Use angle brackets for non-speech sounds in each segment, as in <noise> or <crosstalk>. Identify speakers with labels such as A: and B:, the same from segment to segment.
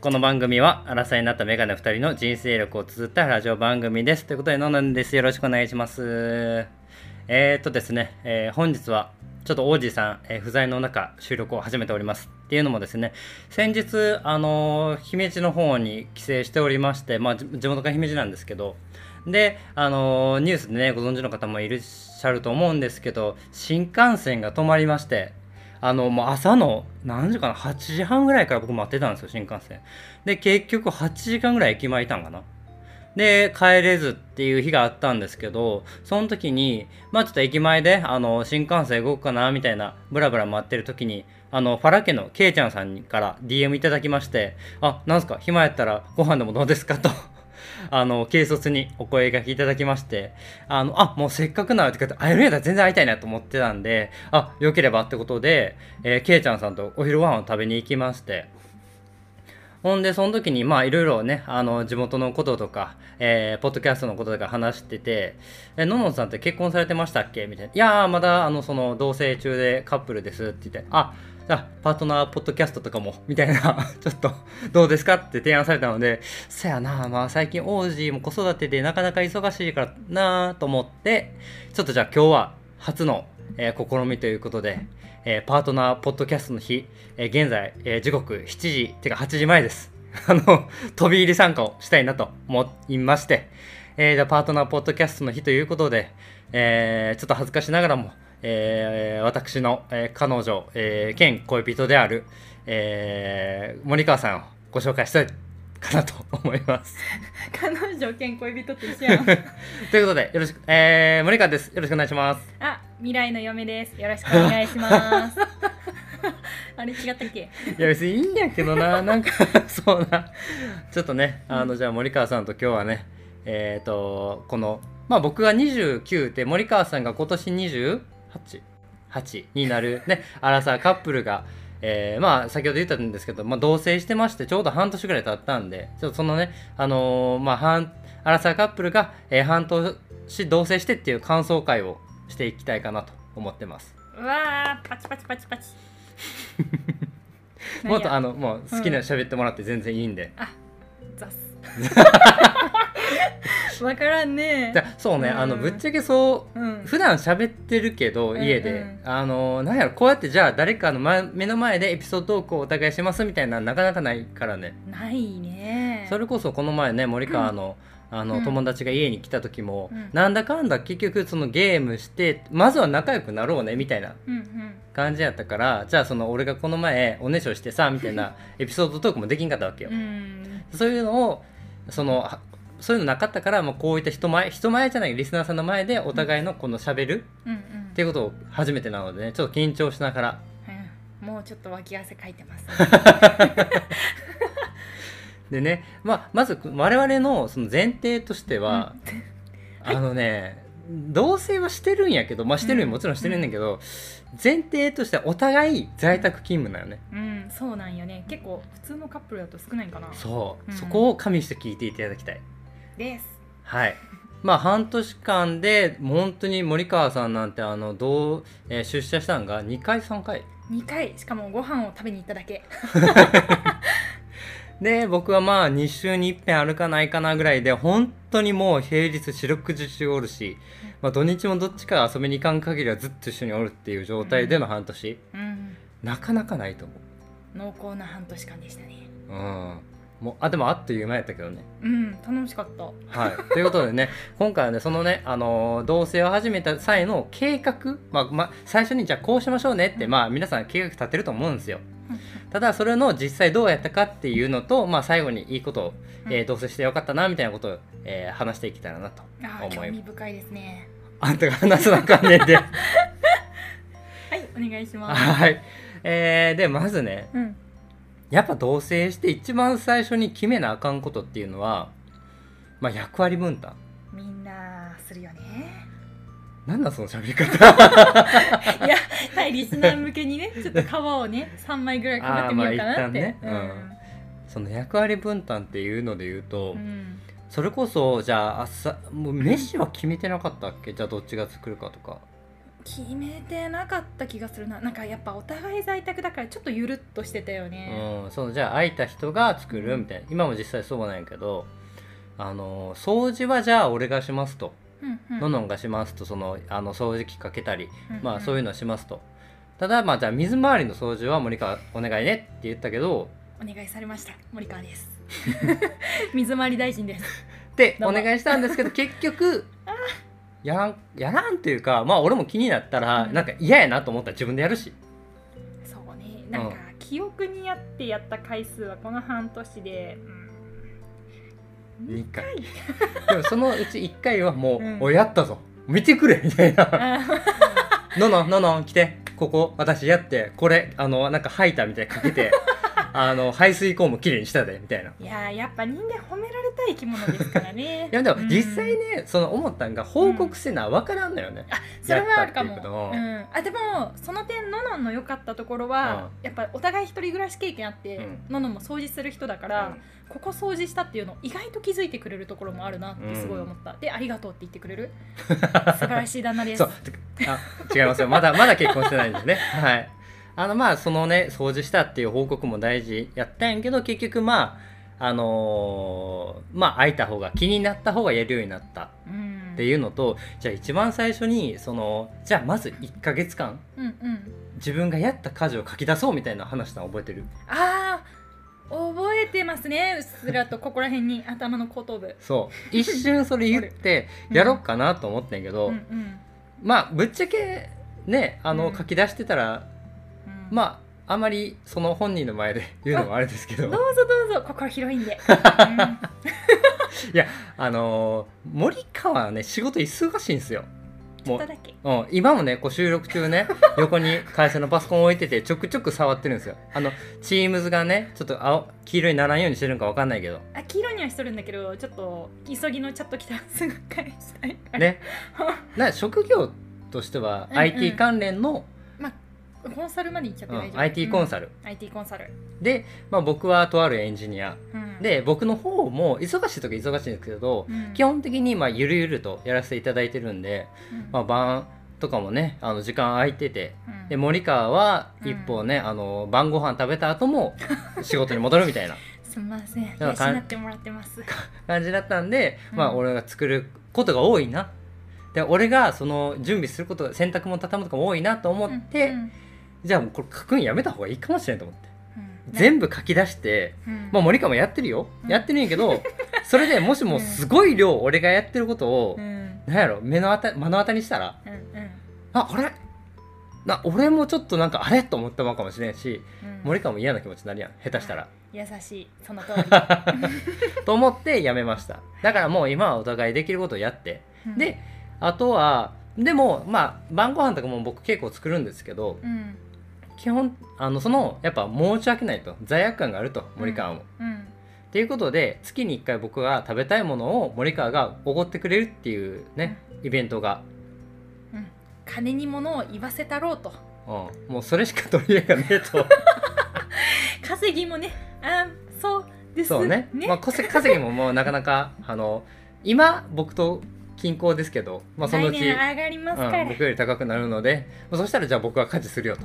A: この番組は荒さになったメガネ2人の人生力を綴ったラジオ番組ですということでのなんですよろしくお願いしますえー、っとですね、えー本日はちょっと王子さん、えー不在の中収録を始めておりますっていうのもですね先日あのー姫路の方に帰省しておりましてまあじ地元が姫路なんですけどであのーニュースでねご存知の方もいらっしゃると思うんですけど新幹線が止まりましてあのもう朝の何時かな8時半ぐらいから僕待ってたんですよ新幹線で結局8時間ぐらい駅前いたんかなで帰れずっていう日があったんですけどその時にまあちょっと駅前であの新幹線動くかなみたいなブラブラ待ってる時にあのファラ家のケイちゃんさんから DM いただきまして「あなんすか暇やったらご飯でもどうですか?」と。あの軽率にお声がけいただきましてあのあもうせっかくならってか会えるんやったら全然会いたいなと思ってたんであよければってことで、えー、ケイちゃんさんとお昼ご飯を食べに行きましてほんで、その時に、まあ、いろいろね、あの、地元のこととか、えーポッドキャストのこととか話してて、え、ののんさんって結婚されてましたっけみたいな。いやー、まだ、あの、その、同棲中でカップルですって言って、あ、じゃあ、パートナーポッドキャストとかも、 <laughs> みたいな、ちょっと、どうですかって提案されたので、そやな、まあ、最近、王子も子育てでなかなか忙しいからなーと思って、ちょっとじゃあ今日は、初の、えー試みということで、えーパートナーポッドキャストの日、えー現在、えー時刻7時てか8時前です <laughs> あの飛び入り参加をしたいなと思いまして、えーじゃあパートナーポッドキャストの日ということで、えーちょっと恥ずかしながらも、えー私の、えー彼女、えー、兼恋人である、えー森川さんをご紹介したいかなと思います
B: 彼女兼恋人と一緒やん
A: ということでよろしく、えー森川ですよろしくお願いします
B: <laughs> あ未来の嫁ですよろしくお願いします <laughs> あれ違ったっけ
A: いや別にいいんやけどななんか <laughs> そうなちょっとねあのじゃあ森川さんと今日はねえっ、とこのまあ僕が29で森川さんが今年28 8になるね <laughs> アラサーカップルが、えーまあ先ほど言ったんですけど、まあ、同棲してましてちょうど半年ぐらい経ったんでちょっとそのねあのーまあ半アラサーカップルが、えー半年同棲してっていう感想会をしていきたいかなと思ってます。
B: うわーパチパチパ <laughs> チパチ
A: もっとあ
B: の
A: のもう好きな喋ってもらって全然いいんで。
B: ザス <laughs> わからんね
A: じゃあそうね、
B: うん
A: あのぶっちゃけそううん普段喋ってるけど
B: んうん
A: 家で、あのなんやろこうやってじゃあ誰かの前目の前でエピソードトークをお互いしますみたいなのなかなかないからね、
B: ないね
A: それこそこの前ね森川の,、あの
B: うん
A: 友達が家に来た時も、
B: うん
A: なんだかんだ結局そのゲームしてまずは仲良くなろうねみたいな
B: うんうん
A: 感じやったからじゃあその俺がこの前おねしょしてさみたいなエピソードトークもできんかったわけよ
B: う。ん
A: そういうのをそのはそういうのなかったから、まあ、こういった人前人前じゃないリスナーさんの前でお互いのこのしゃべる
B: うんうん
A: っていうことを初めてなのでねちょっと緊張しながら
B: うんもうちょっと脇汗かいて <laughs> ます、
A: でね、まあ、まず我々のその前提としては、あのね同棲はしてるんやけど、まあ、してるん
B: うん
A: もちろんしてるんだけど、前提としてはお互い在宅勤務なのね、
B: うんそうなんよね結構普通のカップルだと少ないんかな
A: そう、
B: うん
A: そこを加味して聞いていただきたい
B: です
A: はい。まあ半年間でもう本当に森川さんなんてあのどう、えー出社したんが2回3回
B: 2回しかもご飯を食べに行っただけ
A: で僕はまあ2週に1遍あるかないかなぐらいで本当にもう平日四六時中おるし、まあ、土日もどっちか遊びに行かん限りはずっと一緒におるっていう状態での半年、
B: うん
A: なかなかないと思う。
B: 濃厚な半年間でしたね
A: うんもうあでもあっという間やったけどね。
B: うん楽しかった
A: はい、ということでね今回はねそのね、あのー同棲を始めた際の計画、まあまあ、最初にじゃあこうしましょうねって、
B: うん
A: まあ、皆さん計画立てると思うんですよ。ただそれの実際どうやったかっていうのと、まあ、最後にいいことを、えー同棲してよかったなみたいなことを、えー話していけたらなと
B: あ
A: 思
B: あ
A: い
B: 興味深いですね
A: あんたが話すなあかんねんで
B: はいお願いします
A: はい、えーでまずね
B: うん
A: やっぱ同棲して一番最初に決めなあかんことっていうのは、まあ、役割分担
B: みんなする <laughs> よね
A: なんだその喋り方
B: いや対リスナー向けにねちょっと皮をね3枚ぐらいかぶってみようかなって
A: あーまあ一旦その役割分担っていうので言うと、
B: うんうん
A: そ <laughs> れこそじゃあ朝もう飯は決めてなかったっけじゃあどっちが作るかとか
B: 決めてなかった気がするななんかやっぱお互い在宅だからちょっとゆるっとしてたよね、
A: うん、そのじゃあ空いた人が作るみたいな今も実際そうなんやけどあの掃除はじゃあ俺がしますと、
B: うんうん、
A: ののんがしますとそのあの掃除機かけたり、
B: うんうん
A: まあそういうのはしますとただまあじゃあ水回りの掃除は森川お願いねって言ったけど
B: お願いされました森川です <laughs> 水回り大臣です
A: で
B: ど
A: お
B: うも
A: 願いしたんです
B: <laughs>
A: けど結局やらんやらんっていうかまあ俺も気になったら
B: うん
A: なんか嫌やなと思ったら自分でやるし
B: そうねなんか記憶にあってやった回数はこの半年で、うん、
A: 2回でもそのうち1回はもう
B: うん
A: 「おいやったぞ見てくれ」みたいな <laughs>
B: あー
A: 「のののの来てここ私やってこれあのなんか吐いた」みたいにか
B: <laughs>
A: けてあの排水口もきれいにしたでみたいな。
B: <laughs> いやーやっぱ人間褒められたい生き物ですからね
A: <laughs> いやでも
B: うん
A: 実際ね、その思ったんが報告せな分からんのよね、
B: それはあるか
A: や
B: も
A: ったっていうことを
B: うん、あでもその点ののんの良かったところは、やっぱお互い一人暮らし経験あって、
A: うん
B: ののんも掃除する人だから、ここ掃除したっていうの意外と気づいてくれるところもあるなってすごい思った、でありがとうって言ってくれ
A: <laughs>
B: る素晴らしい旦那
A: う
B: で
A: ん
B: す
A: そうてかあ違いますよまだ <laughs> まだ結婚してないんですねはいあのまあそのね掃除したっていう報告も大事やったんやけど結局まああのーまあ空いた方が気になった方がやるようになったっ
B: うん
A: ていうのとじゃあ一番最初にそのじゃあまず1ヶ月間
B: うんうん
A: 自分がやった家事を書き出そうみたいな話したの覚えてる
B: あー覚えてますねうっすらとここら辺に頭の後頭部
A: そう一瞬それ言って
B: うん
A: やろうかなと思ったんやけ
B: う
A: ど、
B: んうん
A: まあぶっちゃけねあの、
B: うん
A: 書き出してたら
B: うん
A: まああまりその本人の前で言うのもあれです
B: <laughs>
A: け
B: どう
A: ど
B: ぞどうぞ心広いん
A: <laughs>
B: で、うん
A: あのー森川はね仕事忙しいんですよ。
B: ちょっ
A: も
B: と
A: う
B: だけ
A: うん、今もねこう収録
B: <laughs>
A: 中ね横に会社のパソコン置いててちょくちょく触ってるんですよあの Teams がねちょっと青黄色にならんようにしてるんかわかんないけど
B: あ黄色にはしとるんだけどちょっと急ぎのチャット来たらすぐ返したいから
A: ねな職業としては
B: うんうん
A: IT 関連の、
B: まあ <laughs> コンサルまで行っちゃっ
A: う
B: て
A: ん
B: 大丈夫、
A: IT コン
B: ル、
A: サル、
B: IT コンサル、
A: で、まあ、僕はとあるエンジニア
B: うん、、
A: で僕の方も忙しい時は忙しいんですけど、
B: うん、
A: 基本的にまあゆるゆるとやらせていただいてるんで、
B: うん、
A: まあ、晩とかもねあの時間空いてて
B: うん
A: で森川は
B: うん
A: 一方ね、あの晩ご飯食べた後も仕事に戻るみた
B: <laughs>
A: いな
B: すみません
A: か
B: 養ってもらってます
A: 感じだったんで、まあ、
B: うん
A: 俺が作ることが多いなで俺がその準備することが洗濯物畳むとかも多いなと思って、
B: うんうん
A: じゃあもうこれ書くんやめた方がいいかもしれんと思って
B: うん
A: 全部書き出して。
B: うん
A: まあ、森川もやってるよ、
B: うん
A: やってるんや
B: <laughs>
A: けどそれでもしもすごい量俺がやってることを、
B: うん
A: なんやろ目の当た目の当たりにしたら
B: うんうん
A: ああれな俺もちょっとなんかあれと思ったもんかもしれんし
B: うん
A: 森川も嫌な気持ちになるやん下手したら
B: 優しいその
A: <laughs>
B: 通り、
A: と思ってやめましただからもう今はお互いできることをやって
B: うん、
A: であとはでもまあ晩ご飯とかも僕結構作るんですけど
B: うん
A: 基本あのそのやっぱ申し訳ないと罪悪感があると森川も、
B: うん
A: っていうことで月に1回僕が食べたいものを森川がおごってくれるっていうねイベントが、
B: うん金に物を言わせたろうと
A: うん、もうそれしか取り柄がねえと
B: 稼ぎもねあそうです
A: <laughs> そう
B: <laughs>
A: ねまあ、稼稼ぎももうなかなか <laughs> あの今僕と均衡ですけど、まあ、そのう
B: 来
A: ち、
B: 年上がりますから、
A: う
B: うん
A: ん、僕より高くなるのでまあそしたらじゃあ僕は家事するよと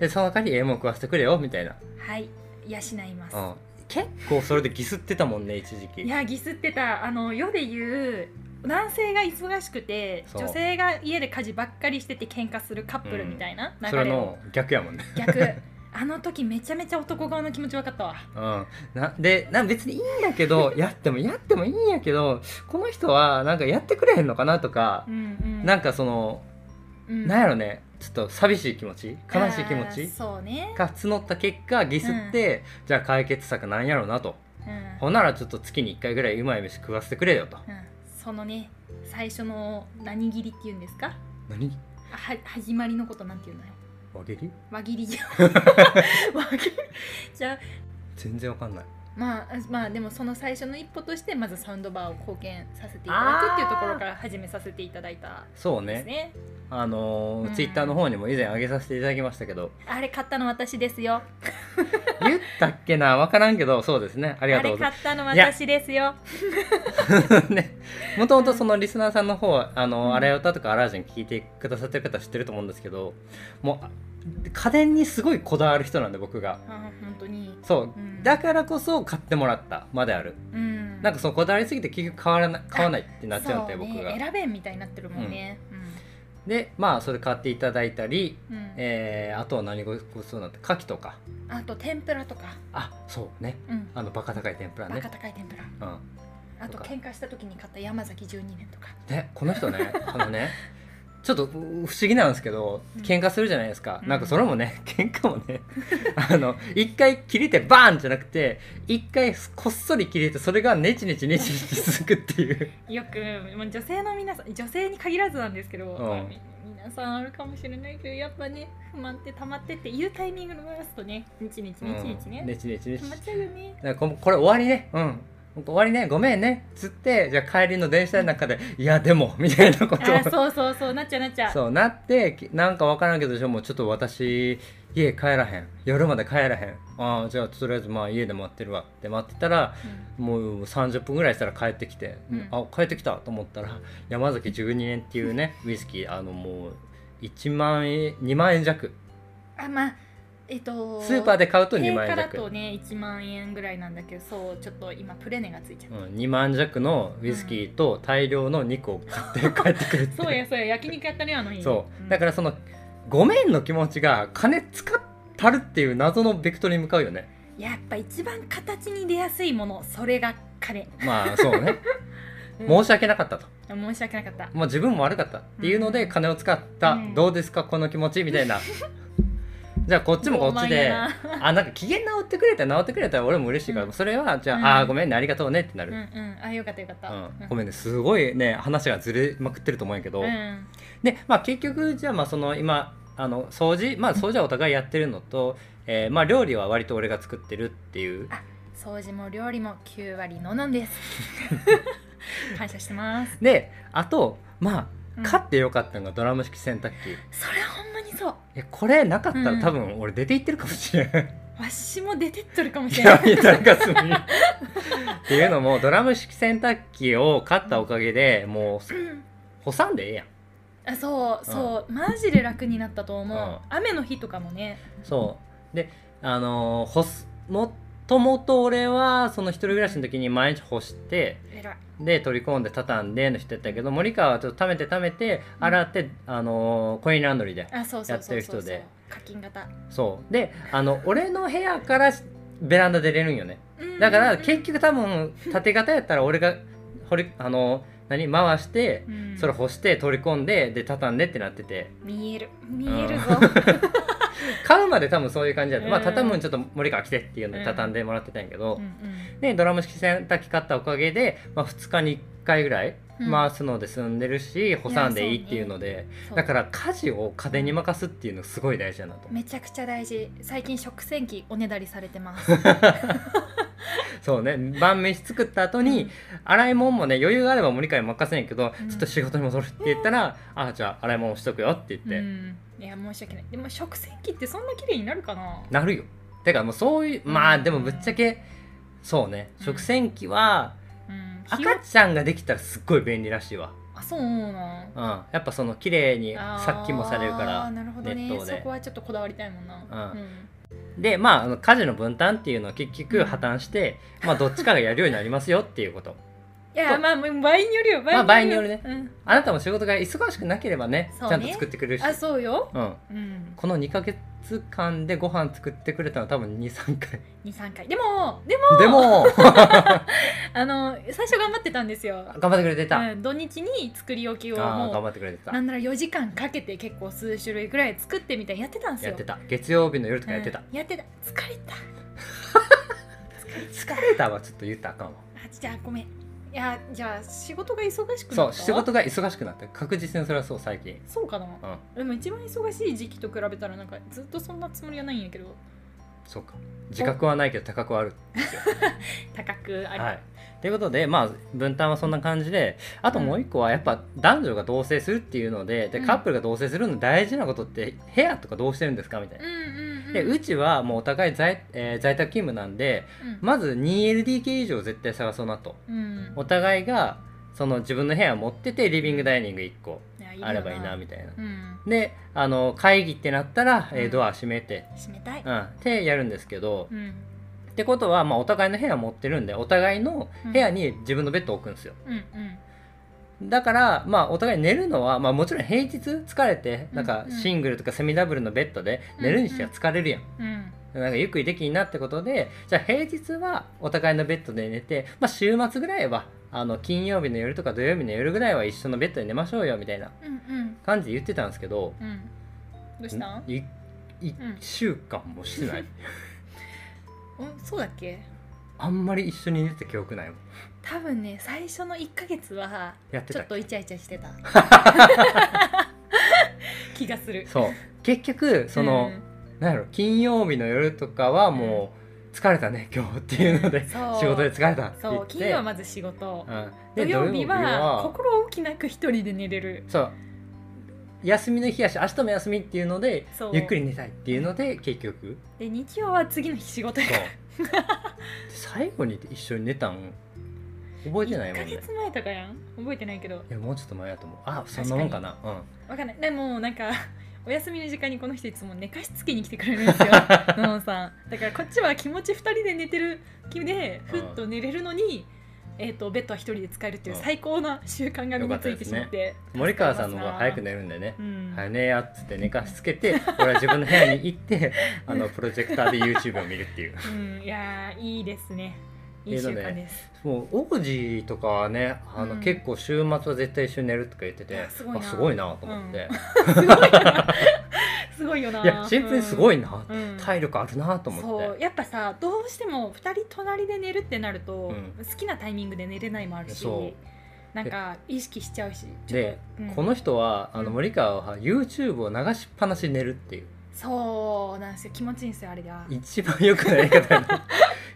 A: でその代わりええもん食わせてくれよみたいな、
B: はい養います、
A: うん、結構それでギスってたもんね一時
B: い
A: 期。
B: やギスってたあの世で言う男性が忙しくて
A: そう
B: 女性が家で家事ばっかりしてて喧嘩するカップルみたいな流
A: それ
B: れを、
A: の逆やもんね、
B: 逆 <laughs> あの時めちゃめちゃ男側の気持ち分かったわ
A: うん、なでな別にいいんやけど <laughs> やってもやってもいいんやけどこの人はなんかやってくれへんのかなとか
B: う、んうん
A: なんかその、
B: うん
A: なんやろねちょっと寂しい気持ち悲しい気持
B: あー
A: ち
B: そうね、
A: が募った結果ギスって、じゃあ解決策なんやろうなと
B: うん
A: ほんならちょっと月に1回ぐらいうまい飯食わせてくれよと
B: うんそのね最初の何切りっていうんですか
A: 何
B: あは始まりのことなんて言うのよ
A: あげる
B: 輪切りじ
A: <laughs>
B: ゃ輪切りじゃあ
A: 全然わかんない
B: まあ、まあでもその最初の一歩としてまずサウンドバーを貢献させていただくっていうところから始めさせていただいたん
A: そう
B: で
A: ね
B: すね。
A: ああのー
B: うん
A: ツイッターの方にも以前上げさせていただきましたけど
B: あれ買ったの私ですよ
A: 言ったっけな分からんけどそうですねあ
B: あ
A: りがとうご
B: れ
A: ざい
B: 買ったの私ですよ
A: ます <laughs> ねもともとそのリスナーさんの方はあの、
B: うん
A: あれ歌とかアラジン聞いてくださってる方知ってると思うんですけどもうあ家電にすごいこだわる人なんで僕が
B: あ本当に
A: そう
B: うん
A: だからこそ買ってもらったまである
B: うん
A: なんかそのこだわりすぎて結局買わらな買わないってなっちゃうんで
B: そう
A: 僕
B: ね
A: が
B: 選べんみたいになってるもんね
A: でまあそれ買っていただいたり、
B: うんうん
A: えーあとは何ごごちそうになって牡蠣とか
B: あと天ぷらとか
A: あそうね
B: うん
A: あのバカ高い天ぷら
B: バ
A: ね
B: カ、高い天ぷら
A: うん、
B: あと
A: とか
B: 喧嘩した時に買った山崎12年とか
A: ねこの人 <laughs> ねあのねちょっとう不思議なんですけど
B: うん
A: 喧嘩するじゃないですか、
B: うん
A: なんかそれもね喧嘩もね <laughs> あの一回切れてバーンじゃなくて一回こっそり切れてそれがネチネチネチネチ続くって <laughs> いう
B: よくもう女性の皆さん女性に限らずなんですけど、
A: うん
B: まあみ皆さんあるかもしれないけどやっぱね不満って溜まってっていうタイミング逃すとね日々日
A: うん
B: 々日々ね、
A: ネチネチネチ
B: 溜まっちゃうよね
A: だからここれ終わりねうん終わりねごめんねつってじゃあ帰りの電車の中で「いやでも」みたいなこ
B: あ
A: と
B: ー
A: を
B: そうそうそうなっちゃうなっちゃう
A: そうなってきなんかわからんけどじゃあもうちょっと私家帰らへん夜まで帰らへんああじゃあとりあえずまあ家で待ってるわって待ってたら
B: うん
A: もう30分ぐらいしたら帰ってきて、
B: うん
A: あ帰ってきたと思ったら山崎12年っていうねウイスキーあのもう1万円2万円弱
B: あまあえっと
A: スーパー
B: で
A: で買うと2
B: 定
A: 万
B: 価
A: 円
B: だ
A: 弱
B: とね1万円ぐらいなんだけどそうちょっと今プレネがついちゃっ
A: う
B: た、
A: ん、2万弱のウイスキーと大量の肉を買って帰ってくるって
B: そうやそうや焼肉やったねあの日
A: <laughs> そう、
B: ん
A: だからそのごめんの気持ちが金使ったるっていう謎のベクトルに向かうよね
B: やっぱ一番形に出やすいものそれが金、
A: まあそう
B: <laughs>
A: ね
B: うん
A: 申し訳なかったと、
B: 申し訳なかった
A: まあ、自分も悪かったっていうので
B: うん
A: 金を使った、
B: うん
A: どうですかこの気持ちみた
B: <laughs>
A: いなじゃあこっちもこっちで
B: 傲慢やな
A: あなんか機嫌治ってくれたら治ってくれたら俺も嬉しいから、
B: うん
A: それはじゃあ、
B: うん
A: ああごめんねありがとうねってな
B: うん
A: る、
B: うんあよかったよかった、
A: うん、ごめんねすごいね話がずれまくってると思うんやけど、
B: うん
A: で、まあ、結局じゃあまあその今あの掃除まあ掃除はお互いやってるのと、えーまあ、料理は割と俺が作ってるっていう
B: あ掃除も料理も9割ののん
A: <laughs>
B: です感謝してます、
A: であとま
B: う
A: あ
B: ん
A: 買ってよかったのがドラム式洗濯機、
B: それほんまにそう
A: えこれなかった
B: う
A: ら
B: ん
A: 多分俺出て行ってるかもしれない
B: わしも出てっとるかもしれな
A: 闇
B: い
A: の中住みっていうのもドラム式洗濯機を買ったおかげでもう
B: うん
A: 干さんでええやん
B: あそうそう、マジで楽になったと思う、
A: うん
B: 雨の日とかもね
A: そうであのー干すもともと俺はその一人暮らしの時に毎日干して
B: えらい
A: で取り込んで畳んでの人やったけど森川はちょっと溜めて溜めて洗って、あのーコインランドリーで
B: あそうそうそうそう
A: やってる人で
B: 課金型
A: そうであの俺の部屋からベランダ出れるんよねだから結局多分縦型やったら俺が掘りあのー何回して
B: 局
A: それ干して取り込んでで畳んでってなってて
B: 見える見えるぞ、
A: 買うまで多分そういう感じだった、まあ
B: うん
A: 畳むんちょっと森川来てっていうので畳んでもらってたんやけど、
B: うんうん
A: でドラム式洗濯機買ったおかげで、まあ、2日に1回ぐらい
B: うん
A: 回すので済んでるし、干さんでいいっていうので
B: そう
A: だから家事を家電に任すっていうのすごい大事だなと思う
B: めちゃくちゃ大事最近食洗機おねだりされてます本
A: そうね晩飯作った後に、洗い物もね余裕があれば森川に任せんやけど、
B: うん
A: ちょっと仕事に戻るって言ったら、あじゃあ洗い物しとくよって言って、
B: うん、いや申し訳ないでも食洗機ってそんな綺麗になるかな
A: なるよてかもうそういうまあでもぶっちゃけそうね
B: うん
A: 食洗機は
B: うん日
A: 赤
B: は
A: ちゃんができたらすっごい便利らしいわ、
B: あそうなん
A: うん、やっぱその綺麗に
B: あー
A: 殺菌もされるから
B: なるほどね
A: 熱湯
B: そ
A: で
B: こはちょっとこだわりたいもんな
A: うん
B: ん
A: でまああの家事の分担っていうのは結局破綻して、まあどっちかがやるようになりますよっていうこと
B: いやまあもう場合によるよ場
A: まあ場合によるね
B: うん
A: あなたも仕事が忙しくなければね
B: そうね
A: ちゃんと作ってくれるし
B: あそうよ
A: うん、
B: うん
A: この2ヶ月間でご飯作ってくれたの多分23回
B: 23回でもでも
A: で
B: <laughs>
A: も
B: あの最初頑張ってたんですよ、
A: 頑張ってくれてた、
B: うん、土日に作り置きを
A: ああ頑
B: も
A: 張ってくれて
B: う
A: た
B: なんなら4時間かけて結構数種類ぐらい作ってみたいなやってたんですよ
A: やってた月曜日の夜とかやってた、
B: うんやってた疲れた疲れ
A: 疲れたはちょっと言ったらあかんわ
B: たあじゃあごめんいやじゃあ仕事が忙しくな
A: そ
B: った
A: う仕事が忙しくなって確実にそれはそう最近
B: そうかな
A: うん
B: でも一番忙しい時期と比べたらなんかずっとそんなつもりはないんやけど
A: そうか自覚はないけど高くはある
B: 高くある、
A: はい。ということで、まあ、分担はそんな感じであともう一個はやっぱ男女が同棲するっていうのでで
B: うん
A: カップルが同棲するの大事なことって部屋とかどうしてるんですかみたいな。
B: うんうんうん
A: でうちはもうお互い在,、えー在宅勤務なんで
B: うん
A: まず 2LDK 以上絶対探そうなと
B: うん
A: お互いがその自分の部屋を持っててリビングダイニング1個
B: いやいるよ
A: あればいいなみたいな。
B: うん
A: であの会議ってなったら、えー
B: うん
A: ドア閉めて、
B: 閉めたい
A: うん、ってやるんですけど、
B: うん
A: ってことは、まあ、お互いの部屋持ってるんでお互いの部屋に自分のベッドを置くんですよ。
B: うんうん
A: だから、まあ、お互い寝るのは、まあ、もちろん平日疲れてなんか
B: うんうん
A: シングルとかセミダブルのベッドで寝るにしては疲れるやん。
B: うん
A: なんかゆっくりできんなってことでじゃあ平日はお互いのベッドで寝て、まあ、週末ぐらいはあの金曜日の夜とか土曜日の夜ぐらいは一緒のベッドで寝ましょうよみたいな
B: うんうん
A: 感じで言ってたんですけど
B: うんどうしたん
A: い1週間も
B: <laughs>
A: してない
B: うんそうだっけ
A: あんまり一緒に寝てた記憶ないもん
B: 多分ね最初の1ヶ月は
A: やって
B: ちょ
A: た
B: っとイチャイチャして
A: <laughs>
B: た気がする
A: そう結局その、
B: うん
A: なんやろ金曜日の夜とかはもう疲れたね今日っていうので
B: そう
A: 仕事で疲れたって言
B: そ
A: っ
B: う
A: て
B: 金曜はまず仕事
A: うん
B: 土
A: で
B: 曜日
A: 土
B: は心置きなく一人で寝れる
A: そう休みの日やし明日も休みっていうので
B: そう
A: ゆっくり寝たいっていうので結局
B: で日曜は次の日仕事
A: そう
B: や
A: <laughs> で最後に一緒に寝たん覚えてない
B: 1
A: も
B: ヶ
A: んねい
B: 月前とかやん覚えてないけど
A: やもうちょっと前やと思うあそんなもんかなうん
B: わかんないでもなんか <laughs> お休みの時間にこの人いつも寝かしつけに来てくれるん
A: <laughs>
B: ですよののんさんだからこっちは気持ち2人で寝てる気でふっと寝れるのに、えー、とベッドは1人で使えるっていう
A: うん
B: 最高な習慣が身についてしまって
A: 森川さんの方が早く寝るんでね
B: うん
A: 「はねや」っつって寝かしつけ <laughs> て俺は自分の部屋に行って <laughs> あのプロジェクターで YouTube を見るっていう
B: うん、いやーいいですねいい習慣です、
A: もうオージーとかはねあの、
B: うん
A: 結構週末は絶対一緒に寝るとか言って
B: い
A: て
B: やすごいな
A: あすごいなと思って、
B: すごいよない
A: やシンプルにすご
B: い
A: いな、
B: うん
A: 体力あるなと思って
B: そうやっぱさどうしても2人隣で寝るってなると、
A: うん
B: 好きなタイミングで寝れないもあるし
A: そう
B: なんか意識しちゃうしちょっ
A: で
B: とうん
A: この人はあの
B: うん
A: 森川は YouTube を流しっぱなしで寝るっていう
B: そうなんですよ気持ちいいんですよあれが
A: 一番良くないやり方
B: <laughs>
A: やな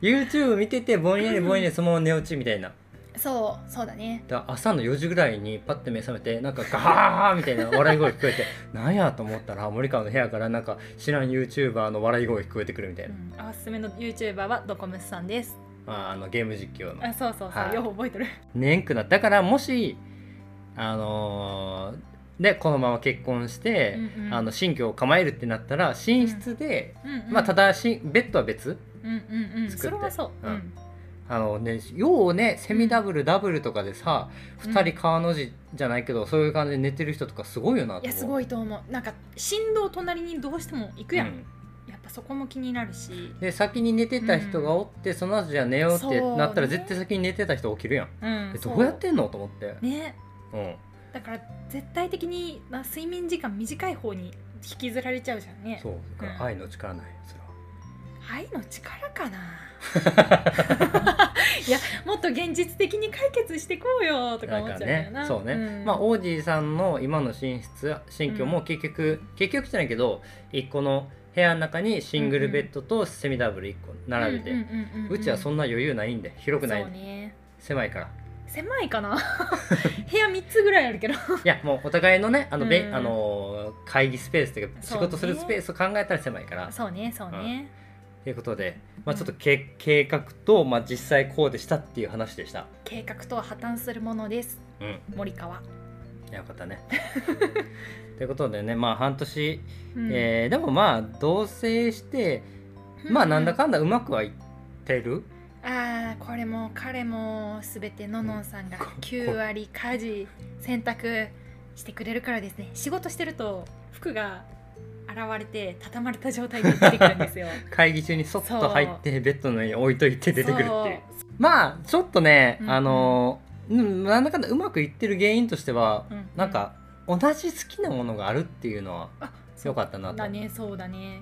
A: YouTube 見ててぼんやりぼんやりそのまま寝落ちみたいな
B: そうそうだね
A: だから朝の4時ぐらいにパッて目覚めてなんかガーみたいな笑い声聞こえてなんやと思ったら森川の部屋からなんか知らん YouTuber の笑い声聞こえてくるみたいな、
B: うん、おすすめの YouTuber はドコムスさんです
A: まあ、あのゲーム実況の
B: あそうそうそう、
A: はい
B: よく覚えてる
A: ねんくなだからもしあのーでこのまま結婚して、
B: うんうん
A: あの新居を構えるってなったら寝室で、
B: うんうん
A: まあただしベッドは別
B: うんうんうん
A: 作って
B: それはそう、
A: う
B: うんん
A: あのねようねセミダブルダブルとかでさ、
B: うん
A: 2人川の字じゃないけどそういう感じで寝てる人とかすごいよなと思う
B: いやすごいと思うなんか振動隣にどうしても行くやん、
A: うん
B: やっぱそこも気になるし
A: で先に寝てた人がおって、その後じゃあ寝ようってなったら絶対先に寝てた人起きるやん、
B: うん
A: えどうやってんのと思って、
B: そうね
A: うん、
B: だから絶対的に、まあ、睡眠時間短い方に引きずられちゃうじゃんね
A: そうだから愛の力ないそれは
B: 愛の力かな
A: <laughs>
B: いやもっと現実的に解決していこうよとか
A: だ
B: 思っ
A: から
B: ちゃうよ
A: ね
B: な
A: そうね、
B: ん
A: まあオージーさんの今の寝室新居も結局、結局じゃないけど一個の部屋の中にシングルベッドとセミダブル1個並べて、う
B: うんうんうんうんうん
A: ちはそんな余裕ないんで広くないん
B: そう
A: で、
B: ね
A: 狭いから
B: <laughs> 狭いかな <laughs> 部屋3つぐらいあるけど
A: いや <laughs> もうお互いのねあの、べ
B: うん
A: あのー会議スペースというか仕
B: そうね
A: 事するスペースを考えたら狭いから
B: そうねそうね、
A: ということで、まあ、ちょっとけ、計画と、まあ、実際こうでしたっていう話でした
B: 計画とは破綻するものです
A: うん
B: 森川、
A: よかっ
B: <laughs>
A: たねということでねまあ半年、
B: うん
A: えーでもまあ同棲してまあなんだかんだうまくはいってる、
B: あーこれも彼も全てののんさんが9割家事洗濯してくれるからですね仕事してると服が洗われて畳まれた状態で出てくるんですよ
A: 会議中にそっと入ってベッドの上に置いとい <laughs> て出てくるっていうまあちょっとね、
B: うんうん
A: あのうんなんだかんだうまくいってる原因としては、
B: そう、うう
A: なんか同じ好きなものがあるっていうのは
B: あ
A: 良かったなと
B: だねそうだね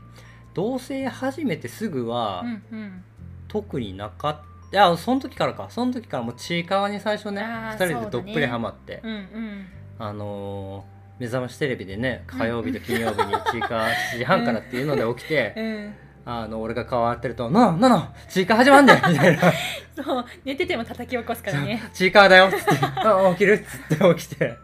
A: 同棲始めてすぐは、
B: うんうん
A: 特になかったあその時からかその時からもうちいかわに最初ね
B: あー
A: 2人でどっ
B: そう
A: ぷ
B: だ
A: り
B: ね
A: ハマって、
B: うんうん
A: あのー目覚ましテレビでね火曜日と金曜日にちいかわ7時半からっていうので起きて、
B: うん
A: あの俺が顔洗ってると「ののののちいかわ始まんねん」みたいな
B: そう寝てても叩き起こすからね
A: 「ちいかわだよ」っ <laughs> つって「あ起きる」っつって起きて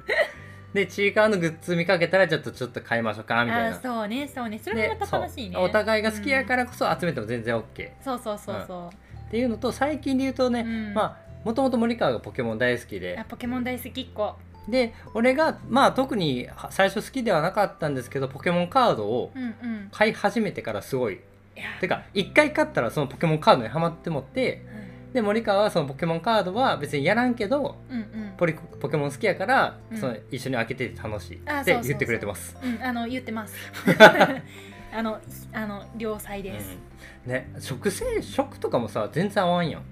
A: でちいかわのグッズ見かけたらちょっとちょっと買いましょうか
B: あ
A: みたいな
B: ーそうねそうねそれも
A: で
B: また楽しいね
A: そうお互いが好きやからこそ集めても全然 OK っ
B: そうそうそうそ
A: ていうのと最近で言うとね、
B: う、うん
A: まあもともと森川がポケモン大好き
B: あ
A: で
B: ポケモン大好きっ子
A: で俺がまあ特に最初好きではなかったんですけどポケモンカードを
B: うんうん
A: 買い始めてからすごい
B: いや
A: てか一回買ったらそのポケモンカードにはまってもってで森川はそのポケモンカードは別にやらんけど
B: うんうん
A: ポリポケモン好きやから、
B: うん
A: その一緒に開けてて楽しい
B: あ
A: って
B: そうそうそう
A: 言ってくれてます。
B: うん、うん、あの言って
A: <laughs>
B: ますあのあの両妻です、
A: うんね食性食とかもさ全然合わんやん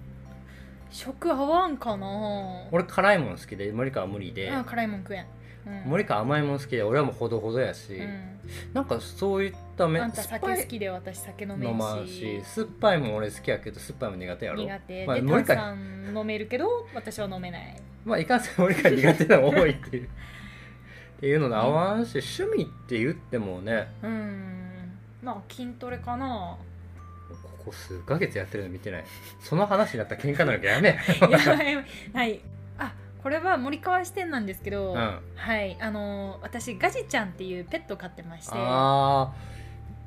B: 食合わんかな
A: 俺辛いもの好きで森川は無理で、
B: あ辛いもん食えん、うん、
A: 森川甘いもの好きで俺はもうほどほどやし、
B: うん、
A: なんかそういっため
B: あんた
A: 酸っ
B: 酒
A: ぱ
B: 好
A: い
B: きで私酒飲め
A: 飲ま
B: ん
A: んし
B: し
A: 酸っぱいもん俺好きやけど酸っぱいも苦手やろ
B: 苦手、
A: まあ
B: で
A: 森
B: 炭
A: 川
B: 酸飲めるけど私は飲めない
A: まあいかんせん俺が苦手なの多いっ
B: <laughs>
A: ていうっていうので合わんし趣味って言ってもね
B: うんまあ筋トレか
A: <laughs>
B: な
A: ここ数ヶ月やってるの見てないその話になったら喧嘩なるけやめ
B: いやはいあこれは森川視点なんですけど、
A: うんあ
B: はいあの私ガジちゃんっていうペットを飼ってましてわ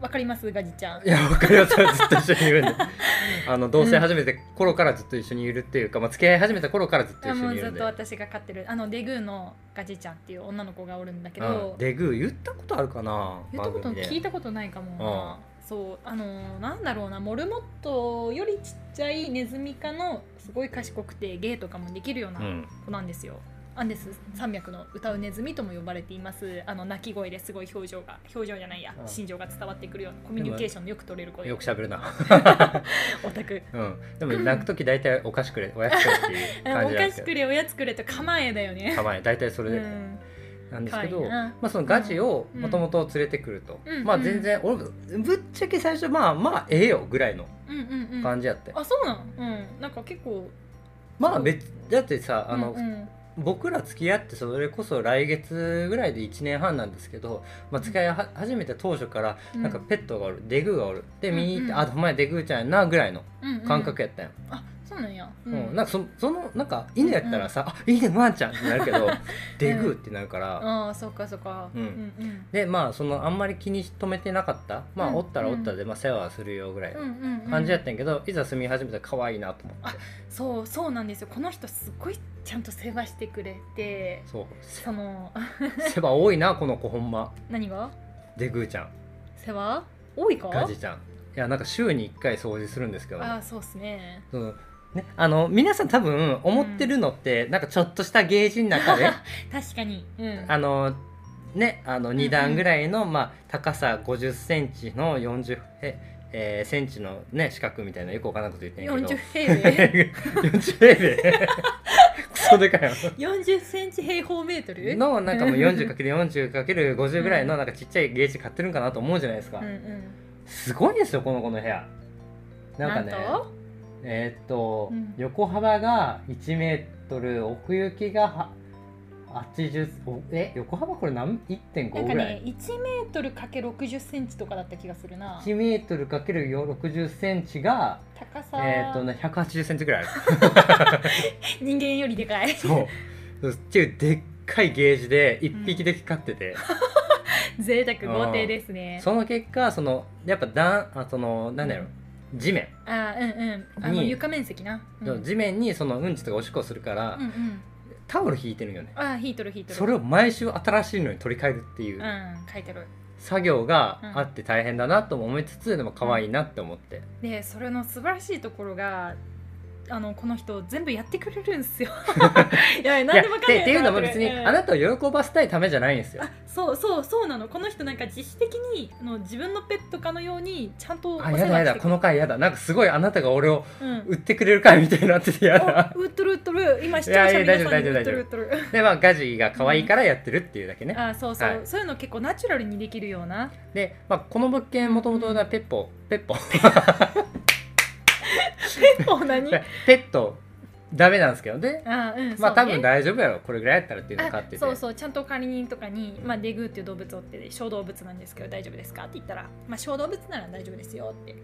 A: あ
B: かりますガジちゃん
A: ーいやわかりますずっと一緒にいるんで
B: <laughs>
A: あの同棲始めて頃からずっと一緒にいるっていうか、まあ、付き合い始めた頃からずっと一
B: あ
A: 緒
B: も
A: に
B: う
A: い
B: ず
A: る
B: っ
A: んで
B: と私が飼ってるあのデグーのガジちゃんっていう女の子がおるんだけ
A: うん
B: ど、
A: デグー言ったことあるかな
B: 言ったこと
A: 番組で
B: 聞いたことないかもな、そうあのなんだろうなモルモットよりちっちゃいネズミ科のすごい賢くて芸とかもできるような
A: うん
B: 子なんですよ、アンデス山脈の歌うネズミとも呼ばれていますあの鳴き声ですごい表情が表情じゃないや、
A: うん
B: 心情が伝わってくるようなコミュニケーションのよく取れる子で
A: よく喋るな
B: オタク
A: うん、でも泣く時大体お菓子くれおやつくれっていう
B: あ
A: 感
B: お
A: じ
B: 菓
A: なん <laughs> です
B: 子
A: け
B: く
A: ど
B: れおやつくれと構えだよね
A: 構え大体それ
B: う
A: で
B: ん
A: なんですけど、
B: 可愛いな
A: まあ、そのガチを
B: うん
A: もともと連れてくると、
B: うん
A: まあ全然俺ぶっちゃけ最初まあまあええよぐらいの
B: うんうんうん
A: 感じやって、
B: あそうなんうんなんか結構
A: まあ別だってさあの、
B: うんうん
A: 僕ら付き合ってそれこそ来月ぐらいで1年半なんですけど、まあ、付き合いは始めた当初から
B: う
A: なんかペットがおる、デグーがおるで見に行って、
B: うんうん
A: あお前デグーちゃんやなぐらいの
B: うんうん
A: 感覚やったんよ
B: あそうなんや、う
A: うん、なんかそそのなんか犬やったらさ「あ犬ワンちゃん」ってなるけど「デグー」ってなるから、
B: ああそうかそうか
A: うん
B: うん
A: でまあそのあんまり気に留めてなかったまあ、
B: うん
A: おったらおったで、まあ、世話はするよぐらい
B: うんうん
A: の
B: うんうん
A: 感じやったんやけど、いざ住み始めたら可愛いなと思って
B: そうそうなんですよこの人すごいちゃんと世話してくれて
A: そう
B: その <laughs> あ
A: せ世話多いなこの子ほんま
B: 何が
A: デグーちゃん
B: 世話多いか
A: ガジちゃんいやなんか週に1回掃除するんですけど
B: ああそうっすね
A: そのね、あの皆さん多分思ってるのって、なんかちょっとしたゲージの
B: <laughs>
A: 中で
B: 確かにうん
A: あのねあの
B: ん
A: 2段ぐらいの、まあ、高さ5 0ンチの40え、えーセンチのね四角みたいなよくわからなくて言ってんやけど
B: 40平米
A: <laughs> 40平
B: <laughs>
A: 米クソでかいよ
B: 40センチ平方メートル
A: のなんかもう 40×40×50 ぐらいのなんかちっちゃいゲージ買ってるんかなと思うじゃないですか、
B: うんうん
A: すごいですよこの子の部屋なんかね
B: なんと
A: えーっと、
B: うん
A: 横幅が1メートル奥行きがは80おえ横幅これ何
B: な
A: 1.5
B: んか
A: ぐら
B: ね
A: い、
B: 1メートルかけ60センチとかだった気がするな
A: 1メートルかける60センチが
B: 高さ
A: えーっとね180センチぐ
B: <laughs>
A: らいある
B: 人間よりでかい
A: そうっていうでっかいゲージで1匹だけ飼ってて、
B: <laughs> 贅沢豪邸ですね
A: その結果そのやっぱだんあそのなんだろう地面、
B: あーうんうんあの
A: に
B: 床面積な、うん、うん
A: 地面にそのうんちとかおしっこするから、
B: うん
A: タオル引いてるんよね
B: あーヒートルヒートル
A: それを毎週新しいのに取り替えるっていううん
B: 書いてある
A: 作業が
B: うん
A: あって大変だなとも思いつつ、でも可愛いなって思って、
B: でそれの素晴らしいところがあのこの人全部やってくれるん
A: <laughs>
B: ですよいや
A: い
B: 何
A: や
B: でも
A: っ
B: かんない
A: てっていうのも別に、あ
B: な
A: なたを喜ばせたいためじゃないんですよ
B: あそうそうそうなのこの人なんか自主的にあの自分のペットかのようにちゃんとお世
A: あ
B: 話
A: やだや
B: し
A: だ
B: て
A: こ
B: く
A: の回やだなんかすごいあなたが俺を
B: れる
A: 売ってくれる回みたいになっててや
B: あ
A: だ
B: うっとるうっとる今視聴者の皆さんに
A: いやいや
B: う
A: 大
B: っ
A: 丈
B: と
A: 夫
B: るうっとる
A: でまあガジが可愛いからやってるっていうだけね、
B: あそうそう、
A: はい
B: そういうの結構ナチュラルにできるよう
A: <laughs>
B: な
A: で、まあ、この物件もともとペッポペッポ
B: もう何
A: ペットダメなんですけどね
B: あーうん
A: まあ
B: そう
A: 多
B: ね
A: 分大丈夫やろこれぐらいやったらっていうのを買ってて
B: あそうそうちゃんと管理人とかに、まあ、デグーっていう動物を追って小動物なんですけど大丈夫ですかって言ったら、まあ、小動物なら大丈夫ですよって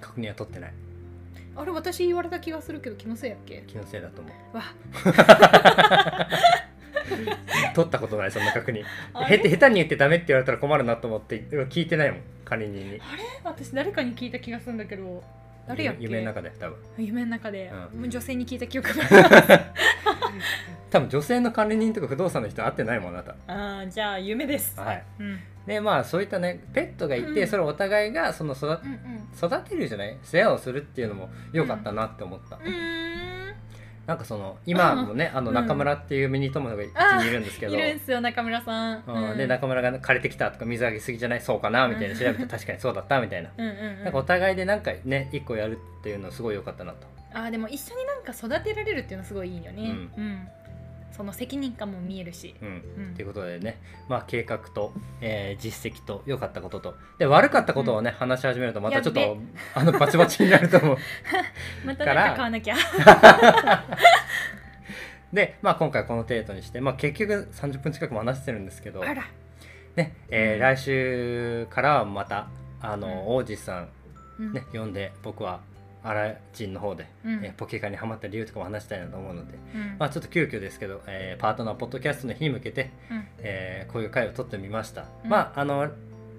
A: 確認は取ってない
B: あれ私言われた気がするけど気のせいやっけ
A: 気のせいだと思う
B: わ
A: 取ったことないそんな確認
B: あ
A: へ
B: れ
A: 下手に言ってダメって言われたら困るなと思って聞いてないもん管理人に
B: 私誰かに聞いた気がするんだけど誰やっけ
A: 夢夢の中で多分
B: 夢の中で、
A: う
B: 女性に聞いた記憶があ
A: <laughs>
B: る
A: 多分女性の管理人とか不動産の人会ってないもんあなた
B: あーじゃあ夢です
A: はい
B: うんうん
A: でまあそういったねペットがいて、
B: うん
A: それをお互いがその育
B: うん
A: 育てるじゃない世話をするっていうのも良かったなって思った、
B: うーん
A: なんかその今もね、あの中村っていうミニ友達がうちにいるんですけど、
B: いるんすよ中村さん、
A: うん
B: うん、
A: で中村が借りてきたとか水あげすぎじゃないそうかなみたいな調べて確かにそうだったみたいな、
B: うんうんうん
A: なんかお互いでなんかね一個やるっていうのすごい良かったなと
B: あーでも一緒になんか育てられるっていうのすごいいいよね、うんその責任感も見えるし、
A: うん
B: うん
A: ということでね、まあ、計画と、えー実績と良かったこととで悪かったことをね、話し始めるとまたちょっ
B: やっ
A: と <laughs> あのバチバチになると思う
B: またなんか買わなきゃ
A: で、まあ、今回この程度にして、まあ、結局30分近くも話してるんですけど、
B: あら
A: ねえー
B: うん
A: 来週からはまたあの、王子さん、
B: うん
A: ね、読んで僕はアラジンの方で、
B: うん
A: えーポケカにハマった理由とかも話したいなと思うので、
B: うん
A: まあ、ちょっと急遽ですけど、えーパートナーポッドキャストの日に向けて、
B: うん
A: えーこういう回を撮ってみました、
B: うん
A: まああの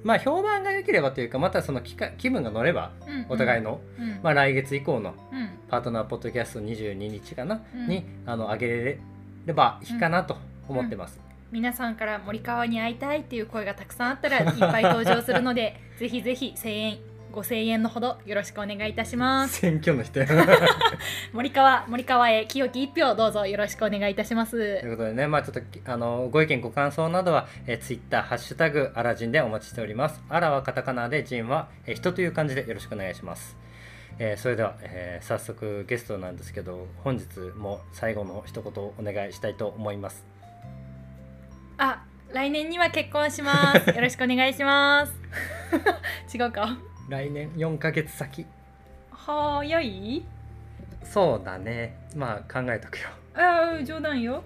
A: まあ評判が良ければというかまたその気か気分が乗れば
B: うん
A: お互い、の、
B: うんうん
A: まあ、来月以降の
B: うん
A: パートナーポッドキャスト22日かな、
B: うん
A: にあの上げれればいいかなと思ってます、
B: 皆さんから森川に会いたいっていう声がたくさんあったらいっぱい登場するの
A: <laughs>
B: でぜひぜひ声援ご声援のほどよろしくお願いいたし
A: <laughs>
B: ます
A: 選挙の人と
B: <laughs> 森川森川へ清き一票どうぞよろしくお願いいたします
A: いうことでねまあちょっとあのご意見ご感想などは、えー、ツイッターハッシュタグアラジンでお待ちしておりますアラはカタカナでジンは、えー人という感じでよろしくお願いしますえーそれでは、えー早速ゲストなんですけど本日も最後の一言をお願いしたいと思います
B: あ来年には結婚しますよろしくお願いします
A: <laughs>
B: 違うか
A: 来年4ヶ月先
B: 早い
A: そうだねまあ考えとくよ
B: ああ冗談よ